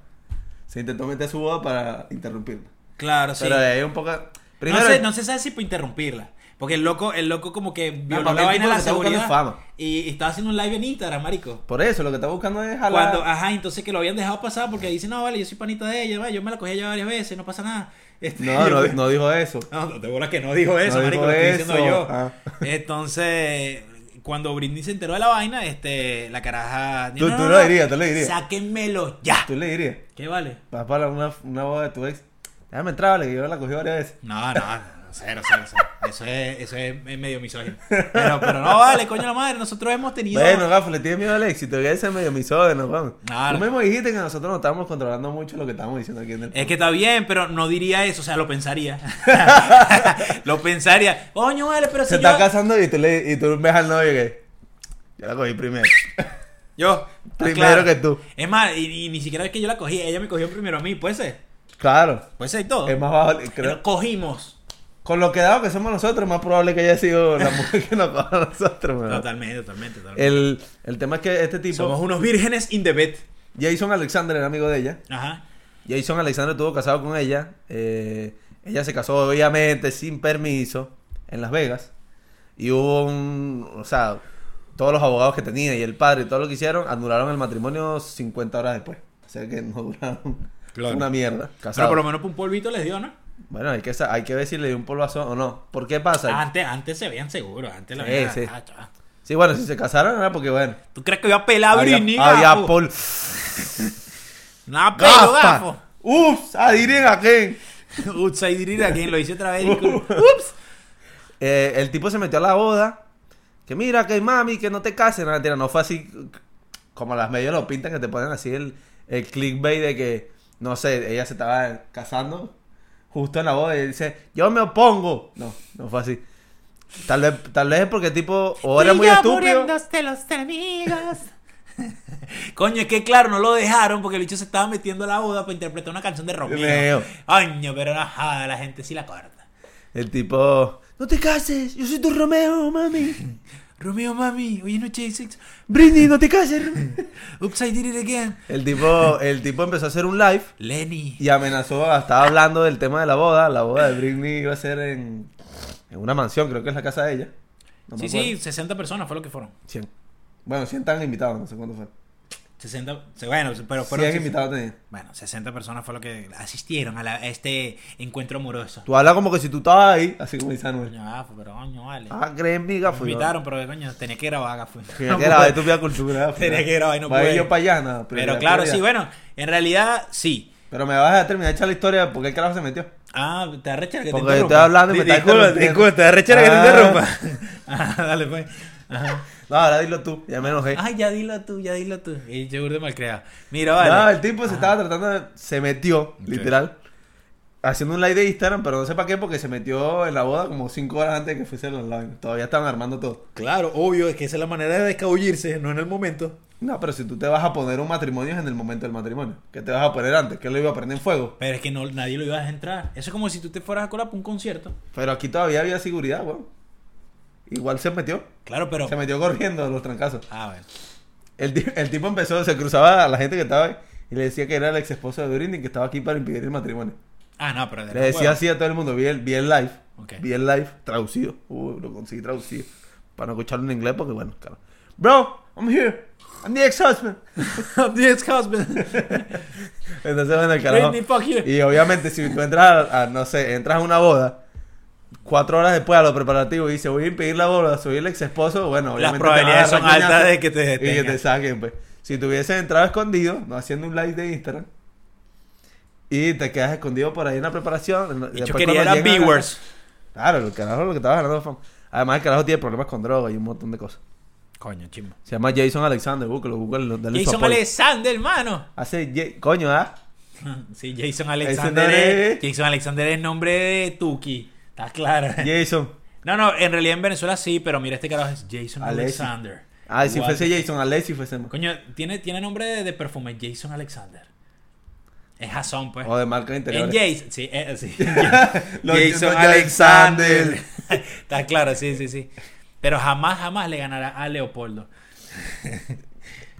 S1: se intentó meter a su boda para interrumpirla.
S2: Claro, sí.
S1: Pero de ahí un poco. Primero,
S2: no, sé, no se sabe si por interrumpirla. Porque el loco, el loco como que violó
S1: porque
S2: la
S1: el
S2: vaina
S1: Ah, tipo lo que
S2: de la
S1: está buscando
S2: seguridad.
S1: es fama.
S2: Y, y estaba haciendo un live en Instagram, marico.
S1: por eso, lo que está buscando es jalar.
S2: Cuando, ah, ajá, entonces que lo habían dejado pasar porque dice, no, vale, yo soy panita de ella, va, yo me la cogí ya varias veces, no pasa nada. Este,
S1: No, no,
S2: yo-
S1: no dijo eso.
S2: No, no te bolas que no dijo eso,
S1: No
S2: marico,
S1: dijo
S2: lo estoy diciendo
S1: eso.
S2: yo.
S1: Ah.
S2: Entonces, cuando Britney se enteró de la vaina, este, la caraja... dijo,
S1: Tú- tú lo dirías, tú lo dirías.
S2: Sáquenmelo ya.
S1: Tú le dirías,
S2: ¿Qué vale?
S1: vas para una, una boda de tu ex. Déjame entrar, vale, que yo la cogí varias veces.
S2: No, no, cero, cero, cero. Eso es, eso es medio misógino. Pero, pero no vale, coño la madre, nosotros hemos tenido...
S1: Bueno, gafo, le tienes miedo al éxito, que ese es medio misógeno, vamos.
S2: Claro.
S1: Tú mismo dijiste que nosotros no estábamos controlando mucho lo que estábamos diciendo aquí en el.
S2: Es que está bien, pero no diría eso, o sea, lo pensaría. lo pensaría. Coño, vale, pero si
S1: se
S2: yo...
S1: está casando y tú, le, y tú ves al novio que. Yo la cogí primero.
S2: Yo. ah,
S1: Primero que tú.
S2: Es más, y, y ni siquiera es que yo la cogí, ella me cogió primero a mí, pues, puede ser.
S1: Claro.
S2: Puede ser eh, y todo.
S1: Es más bajo, creo.
S2: Pero cogimos.
S1: Con lo quedado que somos nosotros, es más probable que haya sido la mujer que nos coja a nosotros, weón.
S2: Totalmente, totalmente, totalmente.
S1: El, Ah. el tema es que este tipo,
S2: Somos unos vírgenes in the bed.
S1: Jason Alexander era amigo de ella.
S2: Ajá.
S1: Jason Alexander estuvo casado con ella. eh, ella se casó obviamente sin permiso en Las Vegas. Y hubo un... O sea, todos los abogados que tenía y el padre y todo lo que hicieron, anularon el matrimonio 50 horas después. O sea que no duraron
S2: Claro.
S1: una mierda.
S2: Pero
S1: Casado.
S2: por lo menos un polvito les dio, ¿no?
S1: Bueno, hay que, sa- hay que ver si le dio un polvazo o no. ¿Por qué pasa?
S2: Antes, antes se veían seguros, antes la
S1: Sí,
S2: veían.
S1: sí.
S2: ah, chaval.
S1: Sí, bueno, si se casaron era porque, bueno...
S2: ¿Tú crees que voy a pelar a
S1: había-
S2: Britney?
S1: había
S2: gafo?
S1: pol-
S2: No, pelo,
S1: ¡Gafa!
S2: gafo.
S1: ¡Ups! ¡Adiren a quién!
S2: Ups, ahí diría quien lo hice otra vez. disculpa. Ups.
S1: Eh, el tipo se metió a la boda. Que mira, que mami, que no te cases. No, mentira, no fue así como las medios lo pintan, que te ponen así el, el clickbait de que, no sé, ella se estaba casando justo en la boda y dice, yo me opongo. No, no fue así. Tal vez, tal vez es porque el tipo o era
S2: Y
S1: muy
S2: yo
S1: estúpido.
S2: muriéndose los amigos. Coño, es que claro, no lo dejaron porque el bicho se estaba metiendo a la boda para interpretar una canción de Romeo.
S1: Leo.
S2: Coño, pero ajá, la gente sí la corta.
S1: El tipo, no te cases, yo soy tu Romeo, mami.
S2: Romeo, mami, hoy es noche de sexo.
S1: Britney, no te cases. Romeo".
S2: Oops, I did it again.
S1: El tipo, el tipo empezó a hacer un live
S2: Lenny.
S1: Y amenazó, estaba hablando del tema de la boda. La boda de Britney iba a ser en, en una mansión, creo que es la casa de ella. No me
S2: sí,
S1: acuerdo.
S2: sí, 60 personas fue lo que fueron.
S1: 100. Bueno, 100 tan invitados, no sé cuántos fueron.
S2: 60, se- bueno, se- pero fueron...
S1: Sí, han
S2: 60
S1: invitado también.
S2: Bueno, 60 personas fue lo que asistieron a, la- a este encuentro amoroso.
S1: Tú hablas como que si tú estabas ahí, así como dice Anuel.
S2: Coño, ah, pero coño, vale.
S1: Ah, creen, miga,
S2: Me
S1: fui. yo.
S2: invitaron, pero coño, tenía que grabar, acá fui.
S1: Tenía que grabar tu vida cultural.
S2: Tenía que grabar y no
S1: Va a ir
S2: pude.
S1: yo para allá, nada.
S2: pues. Pero
S1: la
S2: claro,
S1: prioridad.
S2: sí, bueno, en realidad, sí.
S1: Pero me vas a dejar terminar de echar la historia porque el carajo se metió.
S2: Ah, te arrechera que te
S1: Porque estoy
S2: interrumpa.
S1: hablando y me
S2: Di-
S1: estás
S2: disculpa,
S1: interrumpiendo.
S2: disculpa, te arrechera
S1: Ah.
S2: que te interrumpa. Ajá, dale, pues. Ajá.
S1: No, ahora dilo tú, ya me enojé.
S2: Ay, ya dilo tú, ya dilo tú. Y seguro de malcreado. Mira, vale. Ah.
S1: No, el tipo se estaba tratando de... Se metió, literal. Haciendo un live de Instagram, pero no sé para qué, porque se metió en la boda como cinco horas antes de que fuese el online. Todavía estaban armando todo.
S2: Claro, obvio, es que esa es la manera de escabullirse, no en el momento.
S1: No, pero si tú te vas a poner un matrimonio es en el momento del matrimonio. ¿Qué te vas a poner antes? ¿Qué lo iba a prender en fuego?
S2: Pero es que no, nadie lo iba a dejar entrar. Eso es como si tú te fueras a colar para un concierto.
S1: Pero aquí todavía había seguridad, weón. Igual se metió.
S2: Claro, pero.
S1: Se metió corriendo los trancazos.
S2: Ah, bueno.
S1: El, ti- el tipo empezó, se cruzaba a la gente que estaba ahí y le decía que era el ex esposo de Britney que estaba aquí para impedir el matrimonio.
S2: Ah, no, pero. de
S1: Le
S2: los
S1: decía
S2: huevos.
S1: así a todo el mundo, vi el, vi el live,
S2: Ok.
S1: vi el live traducido, Uh, lo conseguí traducido, para no escucharlo en inglés porque bueno, claro. Bro, I'm here, I'm the ex-husband.
S2: I'm the ex-husband.
S1: Entonces bueno, el carajo.
S2: Britney, fuck you.
S1: Y obviamente si tú entras a, a, no sé, entras a una boda, cuatro horas después a los preparativos y dices, voy a impedir la boda, soy el ex esposo, bueno, obviamente te van a
S2: probabilidades
S1: dar
S2: son
S1: coñazo
S2: altas de que te
S1: Y que
S2: detengan.
S1: te saquen, pues. Si te hubieses entrado escondido, no haciendo un live de Instagram, y te quedas escondido por ahí en la preparación.
S2: Y yo
S1: después
S2: quería
S1: cuando
S2: era
S1: llegan a la-
S2: viewers.
S1: Claro, el carajo lo que estaba ganando fama. Además, el carajo tiene problemas con drogas y un montón de cosas.
S2: Coño, chimbo.
S1: Se llama Jason Alexander, búscalo, búscalo, dale su
S2: Jason
S1: apoyo.
S2: Alexander, hermano.
S1: Hace, Ye- coño, ¿ah?
S2: Sí, Jason
S1: no
S2: Alexander
S1: es-
S2: es, Jason Alexander es nombre de Tuki. Está claro.
S1: Jason.
S2: No, no, en realidad en Venezuela sí, pero mira este carajo es Jason
S1: Alexis.
S2: Alexander.
S1: Ah, si
S2: What?
S1: fuese Jason, Alexis si fuese.
S2: Coño, tiene, tiene nombre de, de perfume, Jason Alexander. Es Jason, pues.
S1: O Oh, de marca
S2: En
S1: interior.
S2: Jason, sí, eh, sí.
S1: Los
S2: Jason
S1: Jason
S2: Alexander.
S1: Alexander.
S2: Está claro, sí, sí, sí. Pero jamás, jamás le ganará a Leopoldo.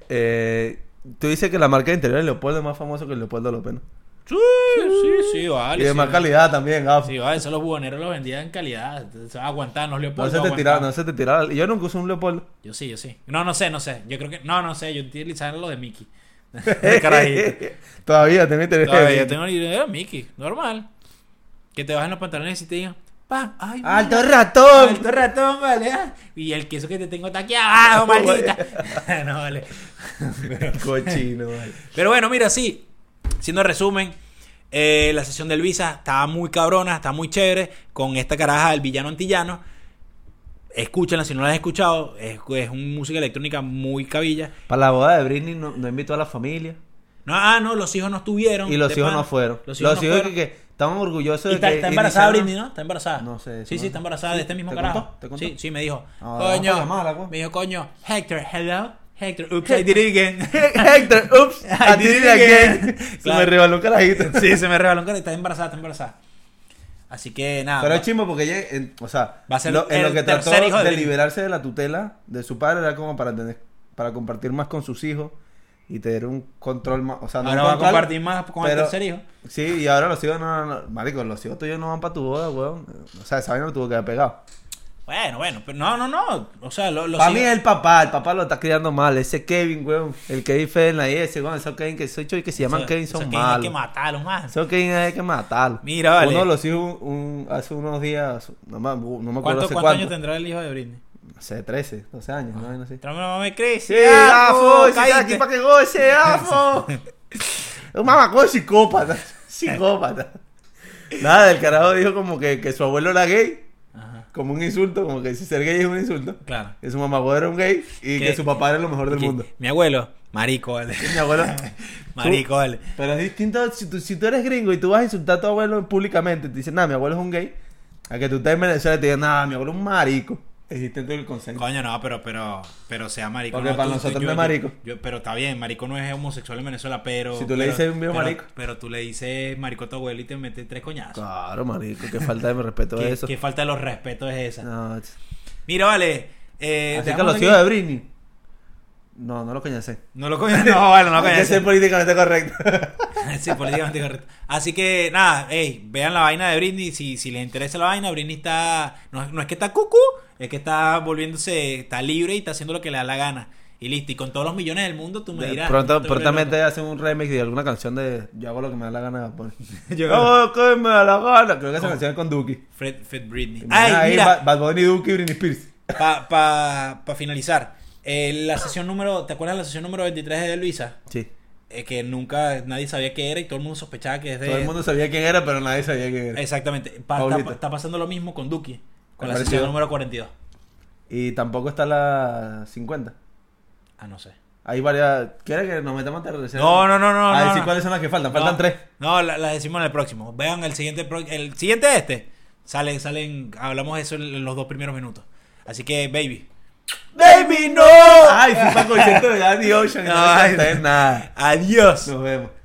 S1: Eh, tú dices que la marca interior de Leopoldo es más famoso que el Leopoldo López. ¿no?
S2: Sí, sí, sí, vale.
S1: y de
S2: Ah, sí,
S1: más
S2: vale.
S1: calidad también, ah. gafo.
S2: Sí, vale, eso los buhoneros los vendían en calidad. Entonces, Aguantanos,
S1: no,
S2: Leopoldo.
S1: se te
S2: aguantanos.
S1: tiraba, no se te tiraba. Yo nunca usé un Leopoldo.
S2: Yo sí, yo sí. No, no sé, no sé. Yo creo que. No, no sé. Yo utilizaba lo de Mickey. De carajito.
S1: Todavía tengo interés.
S2: Todavía yo tengo la idea de Mickey. Normal. Que te bajen los pantalones y te digan. ¡Pam! ¡Ay,
S1: ¡Alto
S2: mira,
S1: ratón!
S2: ¡Alto ratón, vale! ah. Y el queso que te tengo está aquí abajo,
S1: Vale.
S2: maldita. no, vale.
S1: Cochino, vale.
S2: Pero bueno, mira, sí. Siendo resumen, eh, la sesión del Visa estaba muy cabrona, estaba muy chévere. Con esta caraja del villano antillano. Escúchenla si no la has escuchado. Es, es una música electrónica muy cabilla.
S1: Para la boda de Britney no, no invitó a la familia.
S2: No, ah, no, los hijos no estuvieron.
S1: Y los
S2: de
S1: hijos
S2: pana.
S1: no fueron.
S2: Los hijos, no fueron.
S1: que, que estaban orgullosos
S2: Y
S1: de
S2: está,
S1: que.
S2: está embarazada
S1: iniciaron-
S2: Britney, ¿no? Está embarazada.
S1: No sé,
S2: Sí,
S1: no
S2: sí,
S1: sé.
S2: está embarazada
S1: Sí,
S2: de este mismo
S1: ¿te
S2: carajo.
S1: contó? ¿Te contó?
S2: Sí, sí, me dijo.
S1: Ah, vamos a
S2: coño.
S1: llamarla, pues.
S2: me dijo, coño. Hector, hello. Hector, oops, I did it again.
S1: Héctor, ups,
S2: I
S1: I
S2: did
S1: did
S2: it
S1: it again.
S2: again.
S1: Se me
S2: Claro.
S1: rebaló un carajito.
S2: sí, se me rebaló un cara. Está embarazada, está embarazada. Así que nada.
S1: Pero
S2: Ah, va-
S1: es chimbo porque ella, en- o sea,
S2: Va a ser
S1: lo- en
S2: el
S1: lo que trató
S2: tercer hijo de
S1: de
S2: Britney.
S1: liberarse de la tutela de su padre era como para tener, para compartir más con sus hijos y tener un control más, o sea, un
S2: Ahora va a
S1: control,
S2: compartir más con el
S1: pero-
S2: tercer hijo.
S1: Sí, y ahora los hijos no, no, no, marico, los hijos tuyos no van para tu boda, weón. O sea, esa vaina lo tuvo que haber pegado.
S2: Bueno, bueno, pero no, no, no. O sea, lo- los
S1: Para mí
S2: hijos-
S1: es el papá, el papá lo está criando mal, ese Kevin, weón, el Kevin Fernández, y ese, weón, esos Kevin que soy yo y que se llaman
S2: esos-
S1: Kevin
S2: esos
S1: son
S2: que Hay que
S1: malos.
S2: matarlos más.
S1: Eso que hay que matarlo.
S2: Mira, vale.
S1: Uno de los hijos un- hace unos días, no, me- no me acuerdo
S2: ¿Cuántos
S1: hace
S2: cuántos
S1: cuánto.
S2: años tendrá el hijo de Britney?
S1: Hace 13, 12 años, ¿no? Algo así.
S2: Tráeme una mamá de Chris.
S1: ¡Sí, afo! ¡Sí, está
S2: cállate.
S1: aquí para que goce, afo! Un mamacón psicópata. Psicópata. Nada, el carajo dijo como que, que su abuelo era gay,
S2: Ajá,
S1: como un insulto, como que si ser gay es un insulto.
S2: claro.
S1: Que su mamá era un gay y
S2: Que-
S1: que su papá era lo mejor del
S2: Que-
S1: mundo.
S2: Mi abuelo, marico, vale.
S1: Mi abuelo.
S2: Marico, vale.
S1: Pero es distinto, si tú, si tú eres gringo y tú vas a insultar a tu abuelo públicamente, te dicen, nah, mi abuelo es un gay, a que tú estés en Venezuela y te digan, nah, mi abuelo es un marico. Es distinto el concepto.
S2: Coño, no, pero, pero, pero sea marico.
S1: Porque
S2: no,
S1: para nosotros no es marico.
S2: yo- pero está bien, marico no es homosexual en Venezuela, pero.
S1: Si tú le
S2: pero-
S1: dices un viejo
S2: pero-
S1: marico.
S2: Pero tú le dices marico a tu abuelo y te metes tres coñazos.
S1: Claro, marico, qué falta de respeto
S2: ¿Qué,
S1: de eso.
S2: qué falta de los respetos es esa.
S1: No, ch-
S2: Mira, vale. eh,
S1: Así que
S2: dejamos
S1: los
S2: aquí-
S1: tíos de Britney. No, no lo coñacé.
S2: No lo coñas. No, vale, no lo
S1: Hay que
S2: coñas.
S1: ser políticamente correcto.
S2: sí, políticamente correcto. Así que nada, ey, vean la vaina de Britney. Si, si les interesa la vaina, Britney está. No, no es que está cucú, es que está volviéndose. Está libre y está haciendo lo que le da la gana. Y listo, y con todos los millones del mundo tú me
S1: De-
S2: dirás.
S1: pronto,
S2: no te vuelves
S1: prontamente hacen un remix de alguna canción de Yo hago lo que me da la gana. Pues.
S2: Yo-
S1: Yo hago lo que me da la gana. Creo que esa canción es con Duki.
S2: loco. Fred, Fred Britney.
S1: Ahí,
S2: Ay,
S1: Ba-
S2: mira,
S1: Bad Bunny, Duki, Britney Spears.
S2: para pa, pa finalizar. eh, la sesión número, ¿te acuerdas de la sesión número 23 de Luisa?
S1: Sí.
S2: Eh, que nunca nadie sabía qué era y todo el mundo sospechaba que es de...
S1: Todo el mundo sabía quién era, pero nadie sabía quién era.
S2: Exactamente. Pa-
S1: Paulita.
S2: está, está pasando lo mismo con Duki, con la
S1: Parecido.
S2: sesión número 42.
S1: Y tampoco está la 50.
S2: Ah, no sé.
S1: Hay varias. ¿Quieres que nos metamos a regresar?
S2: No, no, no, no.
S1: A
S2: no,
S1: decir
S2: no.
S1: cuáles son las que faltan. Faltan
S2: No,
S1: tres.
S2: No, la- las decimos en el próximo. Vean el siguiente, pro- el siguiente este. Salen, salen, hablamos de eso en los dos primeros minutos. Así que, baby.
S1: ¡Baby, no! Ay, fui para el concierto de Danny Ocean. y No,
S2: Ay.
S1: no. nada.
S2: Adiós.
S1: Nos vemos.